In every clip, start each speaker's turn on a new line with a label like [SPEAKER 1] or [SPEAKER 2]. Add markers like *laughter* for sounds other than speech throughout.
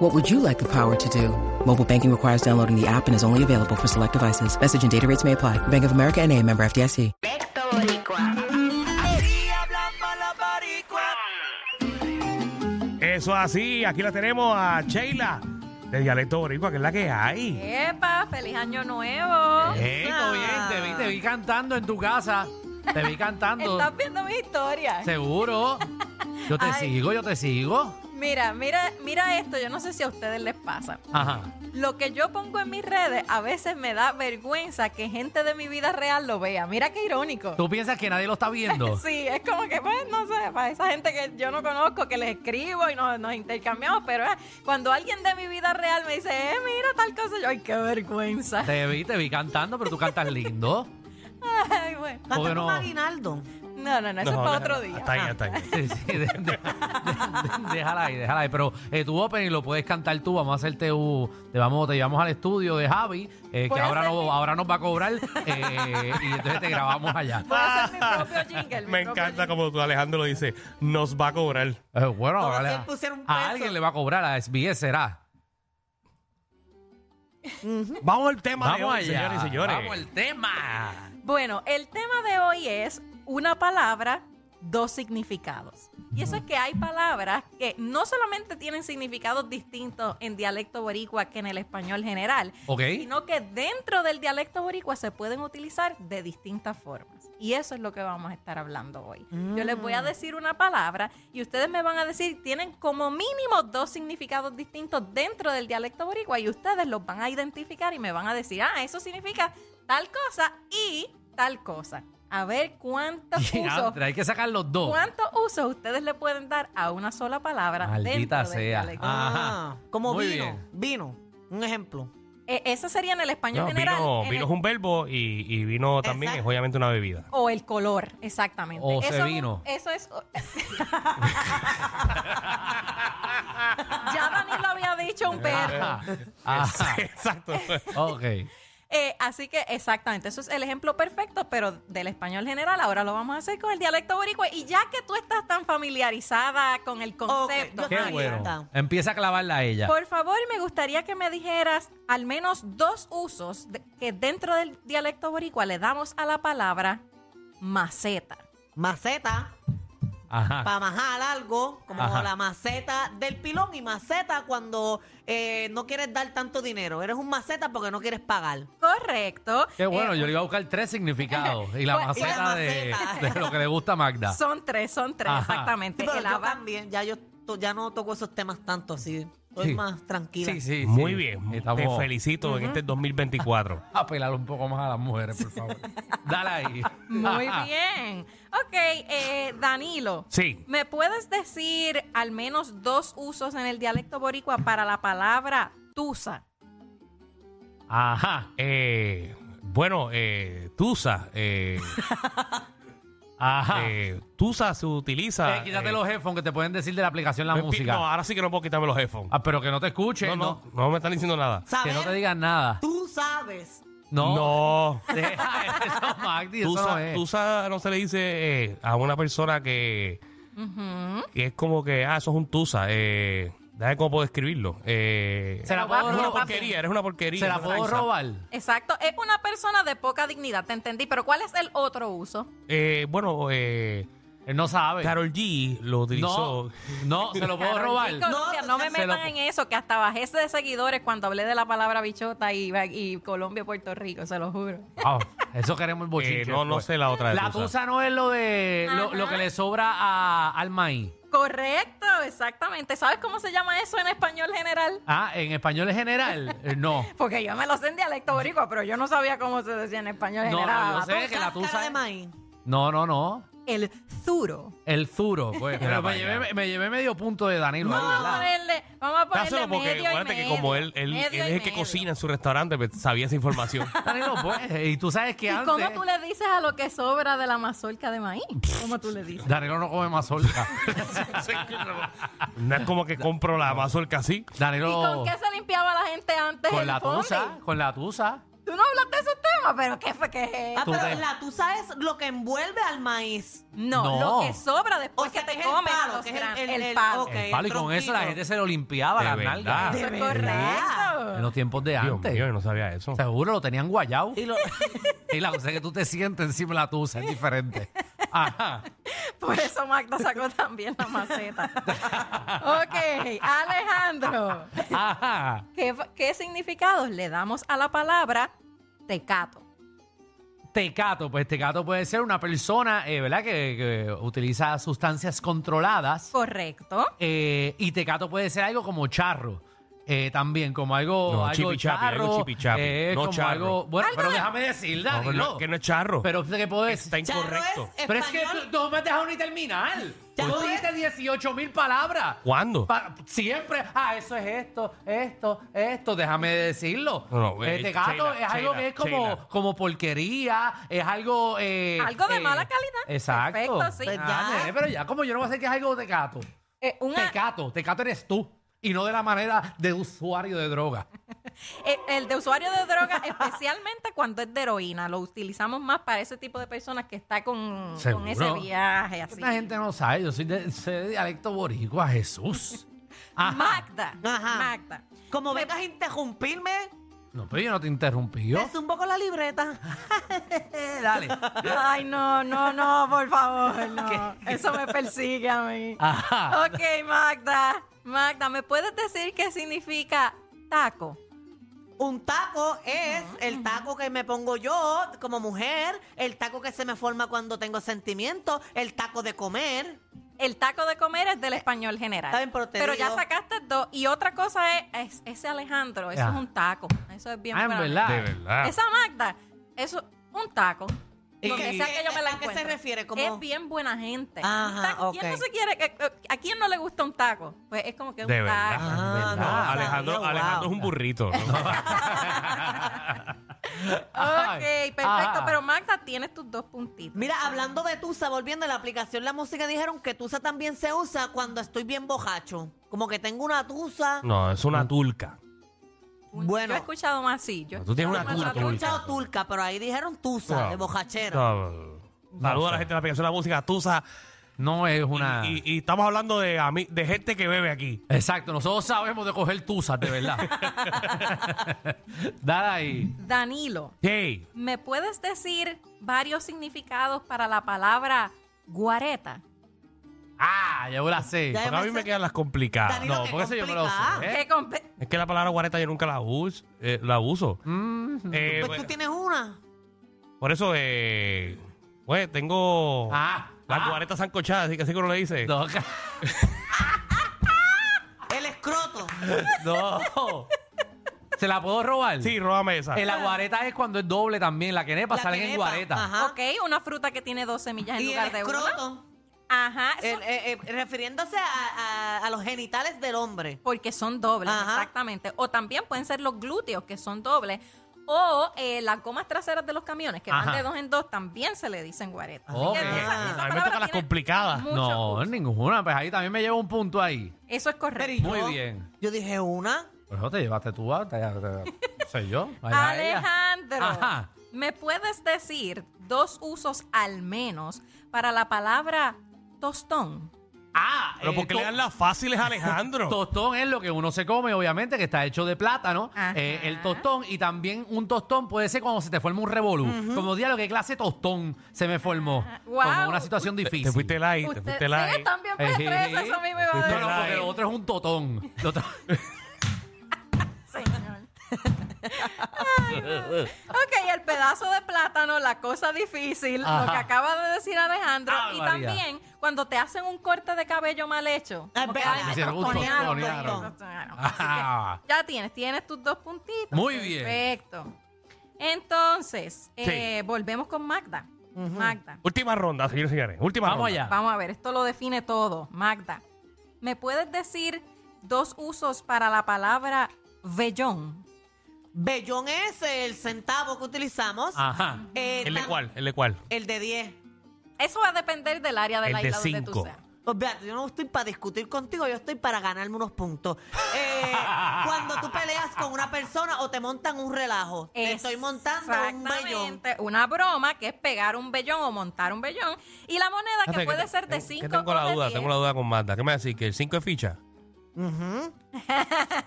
[SPEAKER 1] What would you like the power to do? Mobile banking requires downloading the app and is only available for select devices. Message and data rates may apply. Bank of America and a member FDIC.
[SPEAKER 2] Perfecto Boricua.
[SPEAKER 3] Eso así, aquí la tenemos a Sheila, de Dialecto Boricua, que es la que hay.
[SPEAKER 4] ¡Epa! ¡Feliz año nuevo!
[SPEAKER 5] Eh, todo bien, te vi, te
[SPEAKER 6] Ah.
[SPEAKER 5] vi cantando en tu casa. Te vi cantando.
[SPEAKER 4] Estás viendo mi historia.
[SPEAKER 5] Seguro. Yo te
[SPEAKER 4] Ay.
[SPEAKER 5] sigo, yo te sigo.
[SPEAKER 4] Mira, mira, mira esto. Yo no sé si a ustedes les pasa.
[SPEAKER 5] Ajá.
[SPEAKER 4] Lo que yo pongo en mis redes a veces me da vergüenza que gente de mi vida real lo vea. Mira qué irónico.
[SPEAKER 5] ¿Tú piensas que nadie lo está viendo?
[SPEAKER 4] Sí, es como que, pues, no sé, para esa gente que yo no conozco, que les escribo y nos, nos intercambiamos, pero eh, cuando alguien de mi vida real me dice, eh, mira tal cosa, yo, ay, qué vergüenza.
[SPEAKER 5] Te vi, te vi cantando, pero tú cantas lindo.
[SPEAKER 4] *laughs* Ay, bueno.
[SPEAKER 5] ¿Por qué no?
[SPEAKER 4] No, no, no, eso es para otro día.
[SPEAKER 3] Hasta ahí, hasta
[SPEAKER 4] *laughs*
[SPEAKER 3] ahí.
[SPEAKER 5] Sí, sí, de- de- de- déjala ahí, déjala ahí. Pero eh, tú, Open, lo puedes cantar tú. Vamos a hacerte un- te, vamos, te llevamos al estudio de Javi, eh, que
[SPEAKER 4] Voy a
[SPEAKER 5] ahora,
[SPEAKER 4] hacer
[SPEAKER 5] no-
[SPEAKER 4] mi-
[SPEAKER 5] ahora nos va a cobrar. eh, y entonces te grabamos allá.
[SPEAKER 4] Voy a hacer mi propio jingle.
[SPEAKER 3] *laughs*
[SPEAKER 4] mi
[SPEAKER 3] Me
[SPEAKER 4] propio
[SPEAKER 3] encanta como tú, Alejandro, dice, nos va a cobrar.
[SPEAKER 5] Eh, bueno,
[SPEAKER 6] Como
[SPEAKER 5] ahora
[SPEAKER 6] si
[SPEAKER 5] le-
[SPEAKER 6] él pusiera un
[SPEAKER 5] a
[SPEAKER 6] peso.
[SPEAKER 5] alguien le va a cobrar, a SBS será.
[SPEAKER 3] Vamos al tema de
[SPEAKER 5] Vamos
[SPEAKER 3] hoy,
[SPEAKER 5] allá.
[SPEAKER 3] señores y señores.
[SPEAKER 5] Vamos al tema.
[SPEAKER 4] Bueno, el tema de hoy es una palabra, dos significados. Y eso es que hay palabras que no solamente tienen significados distintos en dialecto boricua que en el español general,
[SPEAKER 5] Ok.
[SPEAKER 4] sino que dentro del dialecto boricua se pueden utilizar de distintas formas. Y eso es lo que vamos a estar hablando hoy. Yo les voy a decir una palabra y ustedes me van a decir, tienen como mínimo dos significados distintos dentro del dialecto boricua y ustedes los van a identificar y me van a decir, ah, eso significa tal cosa y tal cosa. A ver
[SPEAKER 5] *laughs*
[SPEAKER 4] cuántos usos,
[SPEAKER 5] Diantre, hay que sacar los dos.
[SPEAKER 4] cuántos usos ustedes le pueden dar a una sola palabra
[SPEAKER 5] Maldita
[SPEAKER 4] dentro del
[SPEAKER 5] sea.
[SPEAKER 4] dialecto.
[SPEAKER 6] Ah,
[SPEAKER 5] Ajá.
[SPEAKER 6] como
[SPEAKER 5] Muy
[SPEAKER 6] vino,
[SPEAKER 5] bien.
[SPEAKER 6] vino, un ejemplo.
[SPEAKER 4] E- ese sería en el español
[SPEAKER 3] No,
[SPEAKER 4] general.
[SPEAKER 3] vino,
[SPEAKER 4] en
[SPEAKER 3] vino
[SPEAKER 4] el-
[SPEAKER 3] es un verbo y, y vino también
[SPEAKER 6] Exacto.
[SPEAKER 3] es obviamente una
[SPEAKER 4] *laughs*
[SPEAKER 3] bebida.
[SPEAKER 4] O el color, exactamente.
[SPEAKER 5] O
[SPEAKER 4] eso
[SPEAKER 5] se
[SPEAKER 4] es un-
[SPEAKER 5] vino.
[SPEAKER 4] eso es.
[SPEAKER 5] *laughs*
[SPEAKER 4] ya Dani lo había dicho un
[SPEAKER 5] *laughs*
[SPEAKER 4] perro.
[SPEAKER 5] Ajá.
[SPEAKER 3] *laughs*
[SPEAKER 5] Ajá.
[SPEAKER 3] Exacto.
[SPEAKER 5] Ah, Ok.
[SPEAKER 4] Eh, así que exactamente, eso es el ejemplo perfecto, pero del español general. Ahora lo vamos a hacer con el dialecto boricua. Y ya que tú estás tan familiarizada con el concepto,
[SPEAKER 6] yo
[SPEAKER 5] Qué
[SPEAKER 6] Ahí
[SPEAKER 4] Dani,
[SPEAKER 5] bueno.
[SPEAKER 6] está.
[SPEAKER 5] Empieza a clavarla a ella.
[SPEAKER 4] por favor me gustaría que me dijeras al menos dos usos de- que dentro del dialecto boricua le damos a la palabra maceta.
[SPEAKER 6] Maceta,
[SPEAKER 5] Ajá.
[SPEAKER 6] para majar algo, como
[SPEAKER 5] Ah. Ajá.
[SPEAKER 6] la maceta del pilón y maceta cuando eh, no quieres dar tanto dinero. Eres un maceta porque no quieres pagar.
[SPEAKER 4] Correcto.
[SPEAKER 5] Qué bueno,
[SPEAKER 4] Eh,
[SPEAKER 5] yo le iba a buscar tres significados. Y la
[SPEAKER 4] Bueno, y la
[SPEAKER 5] maceta de,
[SPEAKER 6] maceta.
[SPEAKER 5] de lo que le gusta
[SPEAKER 4] *laughs*
[SPEAKER 5] a Magda.
[SPEAKER 4] Son tres, son tres,
[SPEAKER 5] Ajá.
[SPEAKER 4] exactamente.
[SPEAKER 6] Sí, pero
[SPEAKER 4] El
[SPEAKER 6] yo
[SPEAKER 4] aba-
[SPEAKER 6] también, ya yo to- ya no toco esos temas tanto así. Estoy
[SPEAKER 5] Sí.
[SPEAKER 6] más tranquila.
[SPEAKER 5] Sí, sí, sí.
[SPEAKER 3] Muy bien.
[SPEAKER 5] Estamos
[SPEAKER 3] Te felicito en este 2024.
[SPEAKER 5] a pelar un poco más a las mujeres, por favor. Dale ahí.
[SPEAKER 4] Muy bien. Ok, eh, Danilo.
[SPEAKER 3] Sí.
[SPEAKER 4] ¿Me puedes decir al menos dos usos en el dialecto boricua para la palabra tusa?
[SPEAKER 3] Ajá. Eh, bueno, eh, Tusa. eh,
[SPEAKER 5] Ajá.
[SPEAKER 3] eh, tusa se utiliza.
[SPEAKER 5] Eh, quítate
[SPEAKER 3] eh,
[SPEAKER 5] los headphones que te pueden decir de la aplicación la
[SPEAKER 3] no,
[SPEAKER 5] música.
[SPEAKER 3] No, ahora sí que no puedo quitarme los headphones.
[SPEAKER 5] Ah, pero que no te escuchen,
[SPEAKER 3] no,
[SPEAKER 5] no,
[SPEAKER 3] no, no me están diciendo nada.
[SPEAKER 5] Que
[SPEAKER 6] Saber,
[SPEAKER 5] no te digan nada.
[SPEAKER 6] tú sabes.
[SPEAKER 5] No. *laughs*
[SPEAKER 3] no.
[SPEAKER 5] Deja eso, Magdi, eso no
[SPEAKER 3] Tusa,
[SPEAKER 5] es.
[SPEAKER 3] tusa no se le dice eh, a una persona que, que es como que, ah, eso es un tusa. Eh, déjame cómo puedo escribirlo. Eh,
[SPEAKER 5] Se la
[SPEAKER 3] eres
[SPEAKER 5] puedo
[SPEAKER 3] una
[SPEAKER 5] robar.
[SPEAKER 3] porquería, eres una porquería.
[SPEAKER 5] ¿Se la
[SPEAKER 3] una
[SPEAKER 5] puedo
[SPEAKER 3] tranza.
[SPEAKER 5] robar?
[SPEAKER 4] Exacto, es una persona de poca dignidad, te entendí, pero ¿cuál es el otro uso?
[SPEAKER 3] Eh, bueno, eh,
[SPEAKER 5] Él no sabe.
[SPEAKER 3] Carol G lo utilizó.
[SPEAKER 5] no, Oh, no, se lo puedo
[SPEAKER 4] Carol
[SPEAKER 5] robar.
[SPEAKER 4] G. Colombia,
[SPEAKER 6] No,
[SPEAKER 4] no, me
[SPEAKER 5] se lo-
[SPEAKER 4] metan en eso, que hasta bajé de seguidores cuando hablé de la palabra bichota y, y Colombia y Puerto Rico, se lo juro.
[SPEAKER 5] Ah, eso queremos el bochinche.
[SPEAKER 3] Eh, no, no
[SPEAKER 5] pues.
[SPEAKER 3] sé la otra de
[SPEAKER 5] La
[SPEAKER 3] tusa.
[SPEAKER 5] tusa no es lo de lo,
[SPEAKER 4] Ajá.
[SPEAKER 5] lo que le sobra a- al maíz.
[SPEAKER 4] Correcto, exactamente. ¿Sabes cómo se llama eso en español general?
[SPEAKER 5] Ah, en español en general, eh, no.
[SPEAKER 4] *laughs* Porque yo me lo sé en dialecto boricua, pero yo no sabía cómo se decía en español
[SPEAKER 5] No,
[SPEAKER 4] general.
[SPEAKER 5] yo sé que
[SPEAKER 6] Cáscara
[SPEAKER 5] la tusa.
[SPEAKER 6] de maíz.
[SPEAKER 5] No, no, no.
[SPEAKER 4] el zuro.
[SPEAKER 5] El zuro.
[SPEAKER 3] Mira
[SPEAKER 5] pues, pero
[SPEAKER 3] para
[SPEAKER 5] me,
[SPEAKER 3] allá.
[SPEAKER 5] llevé, me- me llevé medio punto de Danilo. ahí,
[SPEAKER 4] Vamos a
[SPEAKER 5] ¿verdad?
[SPEAKER 4] ponerle, vamos a ponerle
[SPEAKER 3] Dáselo porque
[SPEAKER 4] medio y
[SPEAKER 3] acuérdate que
[SPEAKER 4] medio.
[SPEAKER 3] como él, él,
[SPEAKER 4] Medio
[SPEAKER 3] él
[SPEAKER 4] y
[SPEAKER 3] es el que
[SPEAKER 4] medio.
[SPEAKER 3] cocina en su restaurante, pues, sabía esa
[SPEAKER 5] *laughs*
[SPEAKER 3] información.
[SPEAKER 5] Danilo, pues, y tú sabes que
[SPEAKER 4] ¿Y
[SPEAKER 5] antes...
[SPEAKER 4] cómo tú le dices a lo que sobra de la mazorca de maíz? ¿Cómo tú le dices?
[SPEAKER 5] Danilo no come *laughs* mazorca.
[SPEAKER 3] no es como que compro la mazorca así.
[SPEAKER 5] Danilo...
[SPEAKER 4] ¿Y con qué se limpiaba la gente antes?
[SPEAKER 5] con
[SPEAKER 4] el
[SPEAKER 5] la
[SPEAKER 4] fondi?
[SPEAKER 5] tusa, con la tusa.
[SPEAKER 4] Tú no hablaste de esos temas, pero ¿qué fue que es
[SPEAKER 6] Ah,
[SPEAKER 4] esto?
[SPEAKER 5] Tú
[SPEAKER 6] pero
[SPEAKER 5] te-
[SPEAKER 6] la tusa es lo que envuelve al maíz.
[SPEAKER 4] No,
[SPEAKER 5] No.
[SPEAKER 4] lo que sobra después
[SPEAKER 6] O sea,
[SPEAKER 4] que
[SPEAKER 6] que
[SPEAKER 4] te
[SPEAKER 6] es el
[SPEAKER 4] comes
[SPEAKER 6] palo,
[SPEAKER 4] los
[SPEAKER 6] que es el-
[SPEAKER 4] granos,
[SPEAKER 6] el- el- ok.
[SPEAKER 5] El palo, y con eso
[SPEAKER 6] tronquito.
[SPEAKER 5] la gente se lo limpiaba
[SPEAKER 3] De
[SPEAKER 5] las
[SPEAKER 3] Ah, verdad.
[SPEAKER 5] nalgas.
[SPEAKER 4] Eso
[SPEAKER 6] ¿De
[SPEAKER 4] es
[SPEAKER 6] verdad?
[SPEAKER 5] En
[SPEAKER 4] correcto.
[SPEAKER 5] los tiempos de
[SPEAKER 3] Dios
[SPEAKER 5] antes.
[SPEAKER 3] mío, yo no sabía eso.
[SPEAKER 5] Seguro lo tenían guayado.
[SPEAKER 6] Y lo-
[SPEAKER 5] *laughs* Y la cosa es que tú te sientes encima de la tusa, es
[SPEAKER 6] *laughs*
[SPEAKER 5] diferente. Ajá.
[SPEAKER 4] Por eso Magda sacó también la
[SPEAKER 3] *laughs*
[SPEAKER 4] maceta. ok, Alejandro.
[SPEAKER 5] Ajá.
[SPEAKER 4] ¿Qué, qué significados le damos a la palabra tecato?
[SPEAKER 5] Tecato, pues tecato puede ser una persona, eh, ¿verdad? Que, que utiliza sustancias controladas.
[SPEAKER 4] Correcto.
[SPEAKER 5] Eh, y tecato puede ser algo como charro. eh, también, como algo,
[SPEAKER 3] No,
[SPEAKER 5] algo
[SPEAKER 3] chipichapi, algo
[SPEAKER 5] charro.
[SPEAKER 3] chipichapi,
[SPEAKER 5] eh,
[SPEAKER 3] no
[SPEAKER 5] como
[SPEAKER 3] charro.
[SPEAKER 5] algo. Bueno, pero déjame decir,
[SPEAKER 3] No,
[SPEAKER 5] Dani.
[SPEAKER 3] pero no, que no es charro.
[SPEAKER 5] Pero que puedes.
[SPEAKER 3] Está
[SPEAKER 6] Charro
[SPEAKER 3] incorrecto.
[SPEAKER 6] es
[SPEAKER 5] Pero es que
[SPEAKER 6] español.
[SPEAKER 5] tú no me has dejado ni terminar.
[SPEAKER 6] Ya
[SPEAKER 5] Tú
[SPEAKER 6] ves.
[SPEAKER 5] dijiste 18 mil palabras.
[SPEAKER 3] ¿Cuándo?
[SPEAKER 5] Pa- siempre. Ah, eso es esto, esto, esto. Déjame decirlo.
[SPEAKER 3] No, no, eh,
[SPEAKER 5] este gato
[SPEAKER 3] Sheila,
[SPEAKER 5] es algo
[SPEAKER 3] Sheila,
[SPEAKER 5] que es como,
[SPEAKER 3] Sheila.
[SPEAKER 5] como porquería, es algo. eh,
[SPEAKER 4] Algo de
[SPEAKER 5] eh,
[SPEAKER 4] mala calidad.
[SPEAKER 5] Exacto.
[SPEAKER 4] Perfecto, sí.
[SPEAKER 5] Pues
[SPEAKER 6] ya.
[SPEAKER 5] nene, pero ya, como yo no voy a decir que es algo de gato.
[SPEAKER 4] Eh, una-
[SPEAKER 5] Tecato, tecato eres tú. Y no de la manera de usuario de droga.
[SPEAKER 4] Eh, El de usuario de droga, *laughs* especialmente cuando es de heroína, lo utilizamos más para ese tipo de personas que está con, con ese
[SPEAKER 5] Seguro.
[SPEAKER 4] viaje así.
[SPEAKER 5] La gente no sabe, yo soy de, sé de dialecto
[SPEAKER 4] *laughs*
[SPEAKER 5] boricua, Jesús. Ah, Ajá.
[SPEAKER 4] Magda,
[SPEAKER 6] Ajá.
[SPEAKER 4] Magda.
[SPEAKER 6] Como vengas a interrumpirme,
[SPEAKER 5] No, pero yo no te interrumpí yo.
[SPEAKER 6] te zumbo con la libreta.
[SPEAKER 5] Dale.
[SPEAKER 4] Ay, no, no, no, por favor, no. Eso me persigue a mí.
[SPEAKER 5] Ajá.
[SPEAKER 4] Ok, Magda. Magda, ¿me puedes decir qué significa taco?
[SPEAKER 6] Un taco es
[SPEAKER 3] Ah.
[SPEAKER 6] el taco que me pongo yo como mujer, el taco que se me forma cuando tengo sentimientos, el taco de comer.
[SPEAKER 4] El taco de comer es del español general.
[SPEAKER 6] Está bien, pero te
[SPEAKER 4] ya
[SPEAKER 6] digo-
[SPEAKER 4] sacaste dos. Y otra cosa es, es- ese Alejandro, eso
[SPEAKER 5] Ah.
[SPEAKER 4] es un taco. Eso es bien
[SPEAKER 5] Ah, en
[SPEAKER 4] para mí.
[SPEAKER 5] verdad.
[SPEAKER 3] De verdad.
[SPEAKER 4] Esa Magda, eso, un taco.
[SPEAKER 6] ¿Y
[SPEAKER 4] Donde
[SPEAKER 6] qué-
[SPEAKER 4] sea que yo me la
[SPEAKER 6] a qué se
[SPEAKER 4] encuentre.
[SPEAKER 6] refiere? Como-
[SPEAKER 4] Es bien buena gente.
[SPEAKER 6] Ajá,
[SPEAKER 4] Un taco, ¿Quién
[SPEAKER 6] ok.
[SPEAKER 4] no se quiere? que- que- ¿A quién no le gusta un taco? Pues es como que un
[SPEAKER 3] De verdad.
[SPEAKER 4] taco.
[SPEAKER 6] Ah,
[SPEAKER 3] de verdad.
[SPEAKER 6] no, sabía,
[SPEAKER 3] Alejandro,
[SPEAKER 6] wow.
[SPEAKER 3] Alejandro es un burrito. ¿no? Ah.
[SPEAKER 4] Ok, perfecto.
[SPEAKER 5] Ajá.
[SPEAKER 4] Pero Magda, tienes tus dos puntitos.
[SPEAKER 6] Mira, hablando de Tusa, volviendo a la aplicación La Música, dijeron que Tusa también se usa cuando estoy bien bojacho. Como que tengo una Tusa.
[SPEAKER 3] *laughs* no, es una turca.
[SPEAKER 4] Un-
[SPEAKER 6] Bueno.
[SPEAKER 4] Yo he escuchado más sí. Yo he
[SPEAKER 3] Tú tienes
[SPEAKER 4] escuchado
[SPEAKER 3] una
[SPEAKER 4] más la
[SPEAKER 6] Yo he
[SPEAKER 3] turca.
[SPEAKER 6] escuchado turca, pero ahí dijeron Tusa,
[SPEAKER 3] No.
[SPEAKER 6] de bojachera.
[SPEAKER 3] No, Saluda a la gente de la aplicación de la música Tusa.
[SPEAKER 5] No es una.
[SPEAKER 3] Y, y- y estamos hablando de, ami- de gente que bebe aquí.
[SPEAKER 5] Exacto, nosotros sabemos de coger tuzas, de *laughs* verdad. Dale ahí.
[SPEAKER 4] Danilo,
[SPEAKER 3] Hey,
[SPEAKER 4] ¿me puedes decir varios significados para la palabra guareta?
[SPEAKER 5] Ah, ya yo la sé.
[SPEAKER 6] Ya-
[SPEAKER 3] porque a mí
[SPEAKER 6] Además,
[SPEAKER 3] me quedan las complicadas.
[SPEAKER 6] Danilo,
[SPEAKER 5] no,
[SPEAKER 6] qué
[SPEAKER 5] porque eso yo me lo
[SPEAKER 6] complicada.
[SPEAKER 5] sé. ¿eh?
[SPEAKER 4] Que compe-
[SPEAKER 3] Es que la palabra guareta yo nunca la, us- eh, la uso. Eh,
[SPEAKER 6] Pues
[SPEAKER 3] bueno,
[SPEAKER 6] tú tienes una.
[SPEAKER 3] Por eso, eh, pues tengo
[SPEAKER 5] Ah,
[SPEAKER 3] las
[SPEAKER 5] ah.
[SPEAKER 3] guaretas sancochadas, así que así que uno le dice.
[SPEAKER 5] No, ca-
[SPEAKER 6] El escroto.
[SPEAKER 5] no. *laughs* ¿Se la puedo robar?
[SPEAKER 3] Sí, róbame esa.
[SPEAKER 5] Eh, la guareta es cuando es doble también. La quenepa
[SPEAKER 6] La
[SPEAKER 5] salen en
[SPEAKER 6] quenepa,
[SPEAKER 5] guareta.
[SPEAKER 6] ajá.
[SPEAKER 4] Ok, una fruta que tiene dos semillas en
[SPEAKER 6] Y
[SPEAKER 4] lugar
[SPEAKER 6] el
[SPEAKER 4] de una.
[SPEAKER 6] escroto.
[SPEAKER 4] Ajá, eso-
[SPEAKER 6] el- eh, eh, refiriéndose a, a- a los genitales del hombre.
[SPEAKER 4] porque son dobles,
[SPEAKER 6] Ajá.
[SPEAKER 4] exactamente. O también pueden ser los glúteos, que son dobles. O eh, las gomas traseras de los camiones, que van
[SPEAKER 5] Ajá.
[SPEAKER 4] de dos en dos, también se le dicen guareta. Así que
[SPEAKER 5] Ok.
[SPEAKER 4] esa- esa
[SPEAKER 3] a mí me
[SPEAKER 4] palabra
[SPEAKER 3] tocan las
[SPEAKER 4] tiene
[SPEAKER 3] complicadas.
[SPEAKER 4] mucho
[SPEAKER 5] No,
[SPEAKER 4] uso.
[SPEAKER 5] ninguna. Pues ahí también me llevo un punto ahí.
[SPEAKER 4] Eso es
[SPEAKER 6] Pero
[SPEAKER 4] correcto.
[SPEAKER 6] ¿y yo?
[SPEAKER 5] Muy bien.
[SPEAKER 6] Yo dije una.
[SPEAKER 5] Por eso te llevaste tú a. te- te- No sé yo. a ella.
[SPEAKER 4] Alejandro,
[SPEAKER 5] Ajá.
[SPEAKER 4] ¿me puedes decir dos usos al menos para la palabra tostón?
[SPEAKER 5] Ah,
[SPEAKER 3] Pero
[SPEAKER 5] eh,
[SPEAKER 3] porque le
[SPEAKER 5] to-
[SPEAKER 3] dan las fáciles a
[SPEAKER 5] *laughs*
[SPEAKER 3] Alejandro.
[SPEAKER 5] Tostón es lo que uno se come, obviamente, que está hecho de plátano.
[SPEAKER 4] Ajá.
[SPEAKER 5] Eh, el tostón, y también un tostón puede ser cuando se te forma un revolú. Como diablo, qué clase de tostón se me formó.
[SPEAKER 4] Guau.
[SPEAKER 5] Como una situación difícil.
[SPEAKER 3] te fuiste light, te
[SPEAKER 4] Usted-
[SPEAKER 3] fuiste light.
[SPEAKER 4] Sí, también
[SPEAKER 5] Eh,
[SPEAKER 4] P3, eso a mí me iba a
[SPEAKER 5] no,
[SPEAKER 4] decir.
[SPEAKER 5] no,
[SPEAKER 3] Ay.
[SPEAKER 5] porque lo otro es un totón. Lo otro- *laughs*
[SPEAKER 4] Señor. Ay, no. ok, el pedazo de plátano, la cosa difícil, lo
[SPEAKER 5] Ajá.
[SPEAKER 4] que acaba de decir Alejandro.
[SPEAKER 5] Ah,
[SPEAKER 4] y
[SPEAKER 5] María.
[SPEAKER 4] también cuando te hacen un corte de cabello mal hecho.
[SPEAKER 6] Ah,
[SPEAKER 4] como que,
[SPEAKER 6] espera,
[SPEAKER 4] ay, me
[SPEAKER 5] hicieron un
[SPEAKER 4] tostonearon,
[SPEAKER 5] tostonearon.
[SPEAKER 4] me tostonearon.
[SPEAKER 5] Ah.
[SPEAKER 4] Así que ya tienes, tienes tus dos puntitos.
[SPEAKER 5] Muy bien.
[SPEAKER 4] Perfecto. Entonces, eh, volvemos con Magda.
[SPEAKER 6] Ujú.
[SPEAKER 4] Magda.
[SPEAKER 3] Última ronda, señores y señores. Última
[SPEAKER 5] Vamos
[SPEAKER 3] ronda.
[SPEAKER 5] allá.
[SPEAKER 4] Vamos a ver, esto lo define todo. Magda, ¿me puedes decir dos usos para la palabra vellón?
[SPEAKER 6] Bellón es el centavo que utilizamos.
[SPEAKER 5] Ajá.
[SPEAKER 6] Eh,
[SPEAKER 3] ¿El de
[SPEAKER 6] tam-
[SPEAKER 3] cuál? ¿El de cuál?
[SPEAKER 6] El de 10.
[SPEAKER 4] Eso va a depender del área de
[SPEAKER 3] El
[SPEAKER 4] la
[SPEAKER 3] de
[SPEAKER 4] isla donde tú
[SPEAKER 3] cinco.
[SPEAKER 4] seas.
[SPEAKER 6] Pues vea, yo no estoy para discutir contigo, yo estoy para ganarme unos puntos. Eh, cuando tú peleas con una persona o te montan un relajo, te estoy montando un bellón.
[SPEAKER 4] Exactamente, Una broma que es pegar un vellón o montar un vellón. Y la moneda que
[SPEAKER 3] Espérate,
[SPEAKER 4] puede
[SPEAKER 3] te-
[SPEAKER 4] ser de
[SPEAKER 3] tengo-
[SPEAKER 4] 5
[SPEAKER 3] que tengo la duda, tengo la duda con Magda. ¿Qué me vas a decir? ¿Que el 5 es ficha?
[SPEAKER 6] Ujú.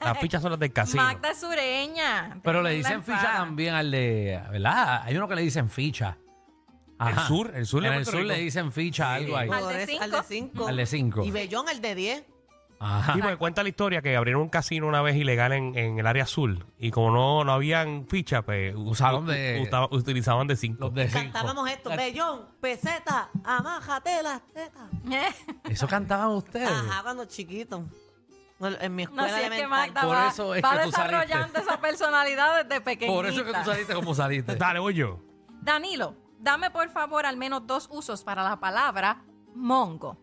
[SPEAKER 3] Las fichas son las del casino.
[SPEAKER 4] Magda es sureña.
[SPEAKER 5] Pero le
[SPEAKER 4] Déjenla
[SPEAKER 5] dicen
[SPEAKER 4] en
[SPEAKER 5] ficha
[SPEAKER 4] paz. *laughs*
[SPEAKER 5] también al de. ¿Verdad? Hay uno que le dicen ficha. Ajá.
[SPEAKER 3] El sur, el sur de
[SPEAKER 5] En el
[SPEAKER 3] Puerto
[SPEAKER 5] sur
[SPEAKER 3] Rico.
[SPEAKER 5] le dicen ficha algo ahí.
[SPEAKER 4] Al de
[SPEAKER 6] Por eso,
[SPEAKER 4] cinco.
[SPEAKER 6] Al de 5.
[SPEAKER 5] Al de cinco.
[SPEAKER 6] Y Bellón, el de 10.
[SPEAKER 5] Ajá.
[SPEAKER 3] Sí, porque cuenta la historia que abrieron un casino una vez ilegal en, en el área azul. Y como no, no habían ficha, pues u-
[SPEAKER 5] Usaron de-
[SPEAKER 3] u- usaban- utilizaban de 5.
[SPEAKER 5] Los de cinco.
[SPEAKER 6] Cantábamos esto: Bellón, peseta, amájate las tetas.
[SPEAKER 5] Eso cantaban ustedes.
[SPEAKER 6] Ajá,
[SPEAKER 3] Eh.
[SPEAKER 6] cuando chiquito. En mi
[SPEAKER 4] No,
[SPEAKER 6] escuela
[SPEAKER 4] si es que
[SPEAKER 6] elemental.
[SPEAKER 4] Magda
[SPEAKER 5] Por
[SPEAKER 4] va,
[SPEAKER 5] eso es
[SPEAKER 4] va
[SPEAKER 5] que tú saliste.
[SPEAKER 4] desarrollando esa personalidad desde pequeñita.
[SPEAKER 5] Por eso que tú saliste como saliste.
[SPEAKER 3] Dale, voy yo.
[SPEAKER 4] Danilo, dame por favor al menos dos usos para la palabra mongo.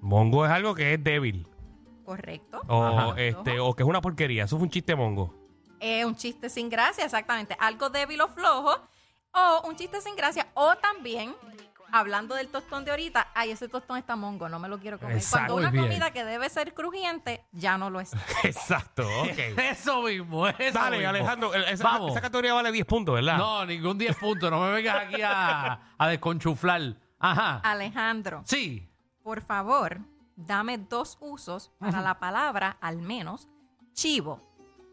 [SPEAKER 3] Mongo es algo que es débil.
[SPEAKER 4] ¿Correcto?
[SPEAKER 3] O,
[SPEAKER 5] Ajá.
[SPEAKER 3] este, o que es una porquería. Eso fue un chiste mongo. *laughs*
[SPEAKER 4] Eh, un chiste sin gracia, exactamente. Algo débil o flojo. O un chiste sin gracia. O también, hablando del tostón de ahorita, ay, ese tostón está mongo, no me lo quiero comer.
[SPEAKER 3] Exacto.
[SPEAKER 4] Cuando una
[SPEAKER 5] Muy bien.
[SPEAKER 4] comida que debe ser crujiente ya no lo
[SPEAKER 5] *laughs*
[SPEAKER 4] es.
[SPEAKER 3] Exacto, ok.
[SPEAKER 5] Eso mismo, *laughs* eso
[SPEAKER 3] Dale,
[SPEAKER 5] mismo.
[SPEAKER 3] Alejandro. el- Esa,
[SPEAKER 5] Vamos.
[SPEAKER 3] esa categoría vale 10 puntos, ¿verdad?
[SPEAKER 5] No, ningún 10 puntos. No me vengas aquí a, a desconchuflar. Ajá.
[SPEAKER 4] Alejandro,
[SPEAKER 5] Sí.
[SPEAKER 4] por favor, dame dos usos para la palabra, al menos, chivo.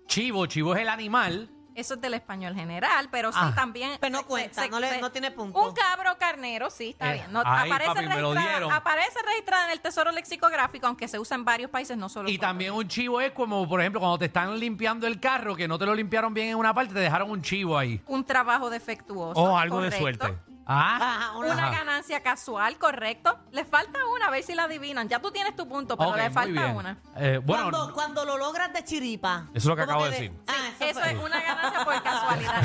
[SPEAKER 5] Chivo, chivo es el animal.
[SPEAKER 4] Eso es del español general, pero sí
[SPEAKER 5] Ah.
[SPEAKER 4] también.
[SPEAKER 6] Pero no
[SPEAKER 4] se-
[SPEAKER 6] cuenta,
[SPEAKER 4] se-
[SPEAKER 6] no le-
[SPEAKER 4] se-
[SPEAKER 6] no tiene punto.
[SPEAKER 4] Un cabro carnero, sí, está
[SPEAKER 5] Eh,
[SPEAKER 4] bien. No,
[SPEAKER 5] ahí,
[SPEAKER 4] aparece,
[SPEAKER 5] papi, me lo dieron.
[SPEAKER 4] registrada, aparece registrada en el Tesoro Lexicográfico, aunque se usa en varios países, no solo. en
[SPEAKER 5] Y
[SPEAKER 4] Puerto
[SPEAKER 5] también un chivo es como, por ejemplo, cuando te están limpiando el carro, que no te lo limpiaron bien en una parte, te dejaron un chivo ahí.
[SPEAKER 4] Rico. Un trabajo defectuoso.
[SPEAKER 5] Oh,
[SPEAKER 3] O algo de
[SPEAKER 4] correcto.
[SPEAKER 3] suerte.
[SPEAKER 5] Ah.
[SPEAKER 6] Ajá, una-
[SPEAKER 4] Una
[SPEAKER 5] Ajá.
[SPEAKER 4] ganancia casual, correcto. Le falta una, a ver si la adivinan. Ya tú tienes tu punto, pero
[SPEAKER 5] Ok,
[SPEAKER 4] le
[SPEAKER 5] muy
[SPEAKER 4] falta
[SPEAKER 5] bien.
[SPEAKER 4] una.
[SPEAKER 5] Eh, bueno,
[SPEAKER 6] cuando, cuando lo logras de chiripa.
[SPEAKER 3] Eso es lo que
[SPEAKER 6] ¿Cómo
[SPEAKER 3] acabo
[SPEAKER 6] te
[SPEAKER 3] de
[SPEAKER 6] ve?
[SPEAKER 3] decir.
[SPEAKER 6] Ah,
[SPEAKER 4] Sí, eso
[SPEAKER 6] fue.
[SPEAKER 4] es una ganancia por casualidad.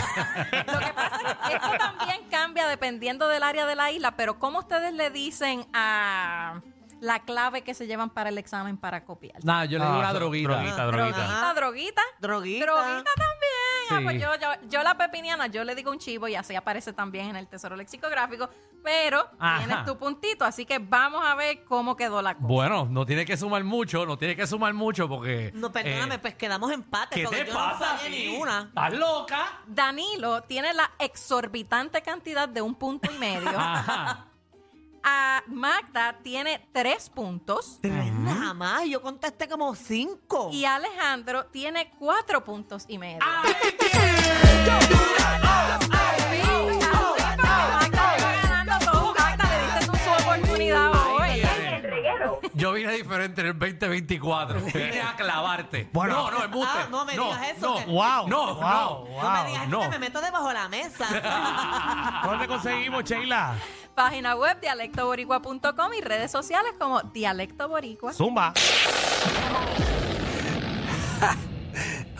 [SPEAKER 4] Lo que pasa es que esto también cambia dependiendo del área de la isla, pero ¿cómo ustedes le dicen a la clave que se llevan para el examen para copiar?
[SPEAKER 5] nada, yo le
[SPEAKER 3] Ah,
[SPEAKER 5] digo una
[SPEAKER 3] dro-
[SPEAKER 5] droguita.
[SPEAKER 3] droguita, droguita.
[SPEAKER 4] Droguita, droguita.
[SPEAKER 6] Ah, Droguita.
[SPEAKER 4] Droguita también. Ah,
[SPEAKER 5] Sí.
[SPEAKER 4] pues yo, yo, yo la pepiniana, yo le digo un chivo y así aparece también en el tesoro lexicográfico, pero
[SPEAKER 5] Ajá.
[SPEAKER 4] tienes tu puntito, así que vamos a ver cómo quedó la cosa.
[SPEAKER 5] Bueno, no tiene que sumar mucho, no tiene que sumar mucho porque...
[SPEAKER 6] No, perdóname,
[SPEAKER 5] eh,
[SPEAKER 6] pues quedamos empate.
[SPEAKER 5] ¿Qué
[SPEAKER 6] porque
[SPEAKER 5] te
[SPEAKER 6] yo
[SPEAKER 5] pasa
[SPEAKER 6] no
[SPEAKER 5] a
[SPEAKER 6] fallé
[SPEAKER 5] ti?
[SPEAKER 6] ni una.
[SPEAKER 5] ¿Estás loca?
[SPEAKER 4] Danilo tiene la exorbitante cantidad de un punto y
[SPEAKER 5] *laughs*
[SPEAKER 4] medio.
[SPEAKER 5] Ah, Ajá.
[SPEAKER 4] A Magda tiene tres puntos
[SPEAKER 6] Tres nada más. Yo contesté como cinco.
[SPEAKER 4] y Alejandro tiene cuatro puntos y medio. Ay, Magda, está ganando todo. Magda, le diste tú su oportunidad hoy.
[SPEAKER 5] Yo vine diferente en el 2024. Vine a clavarte.
[SPEAKER 3] Bueno.
[SPEAKER 5] no, no, embuste.
[SPEAKER 6] Ah, no me digas eso,
[SPEAKER 5] No,
[SPEAKER 6] que-
[SPEAKER 5] wow, no,
[SPEAKER 3] wow,
[SPEAKER 5] no.
[SPEAKER 6] no me digas
[SPEAKER 5] no.
[SPEAKER 6] que me meto debajo de la
[SPEAKER 3] *laughs*
[SPEAKER 6] mesa.
[SPEAKER 3] ¿Dónde conseguimos, Sheila?
[SPEAKER 4] Página web dialectoboricua.com y redes sociales como Dialecto Boricua.
[SPEAKER 3] Zumba.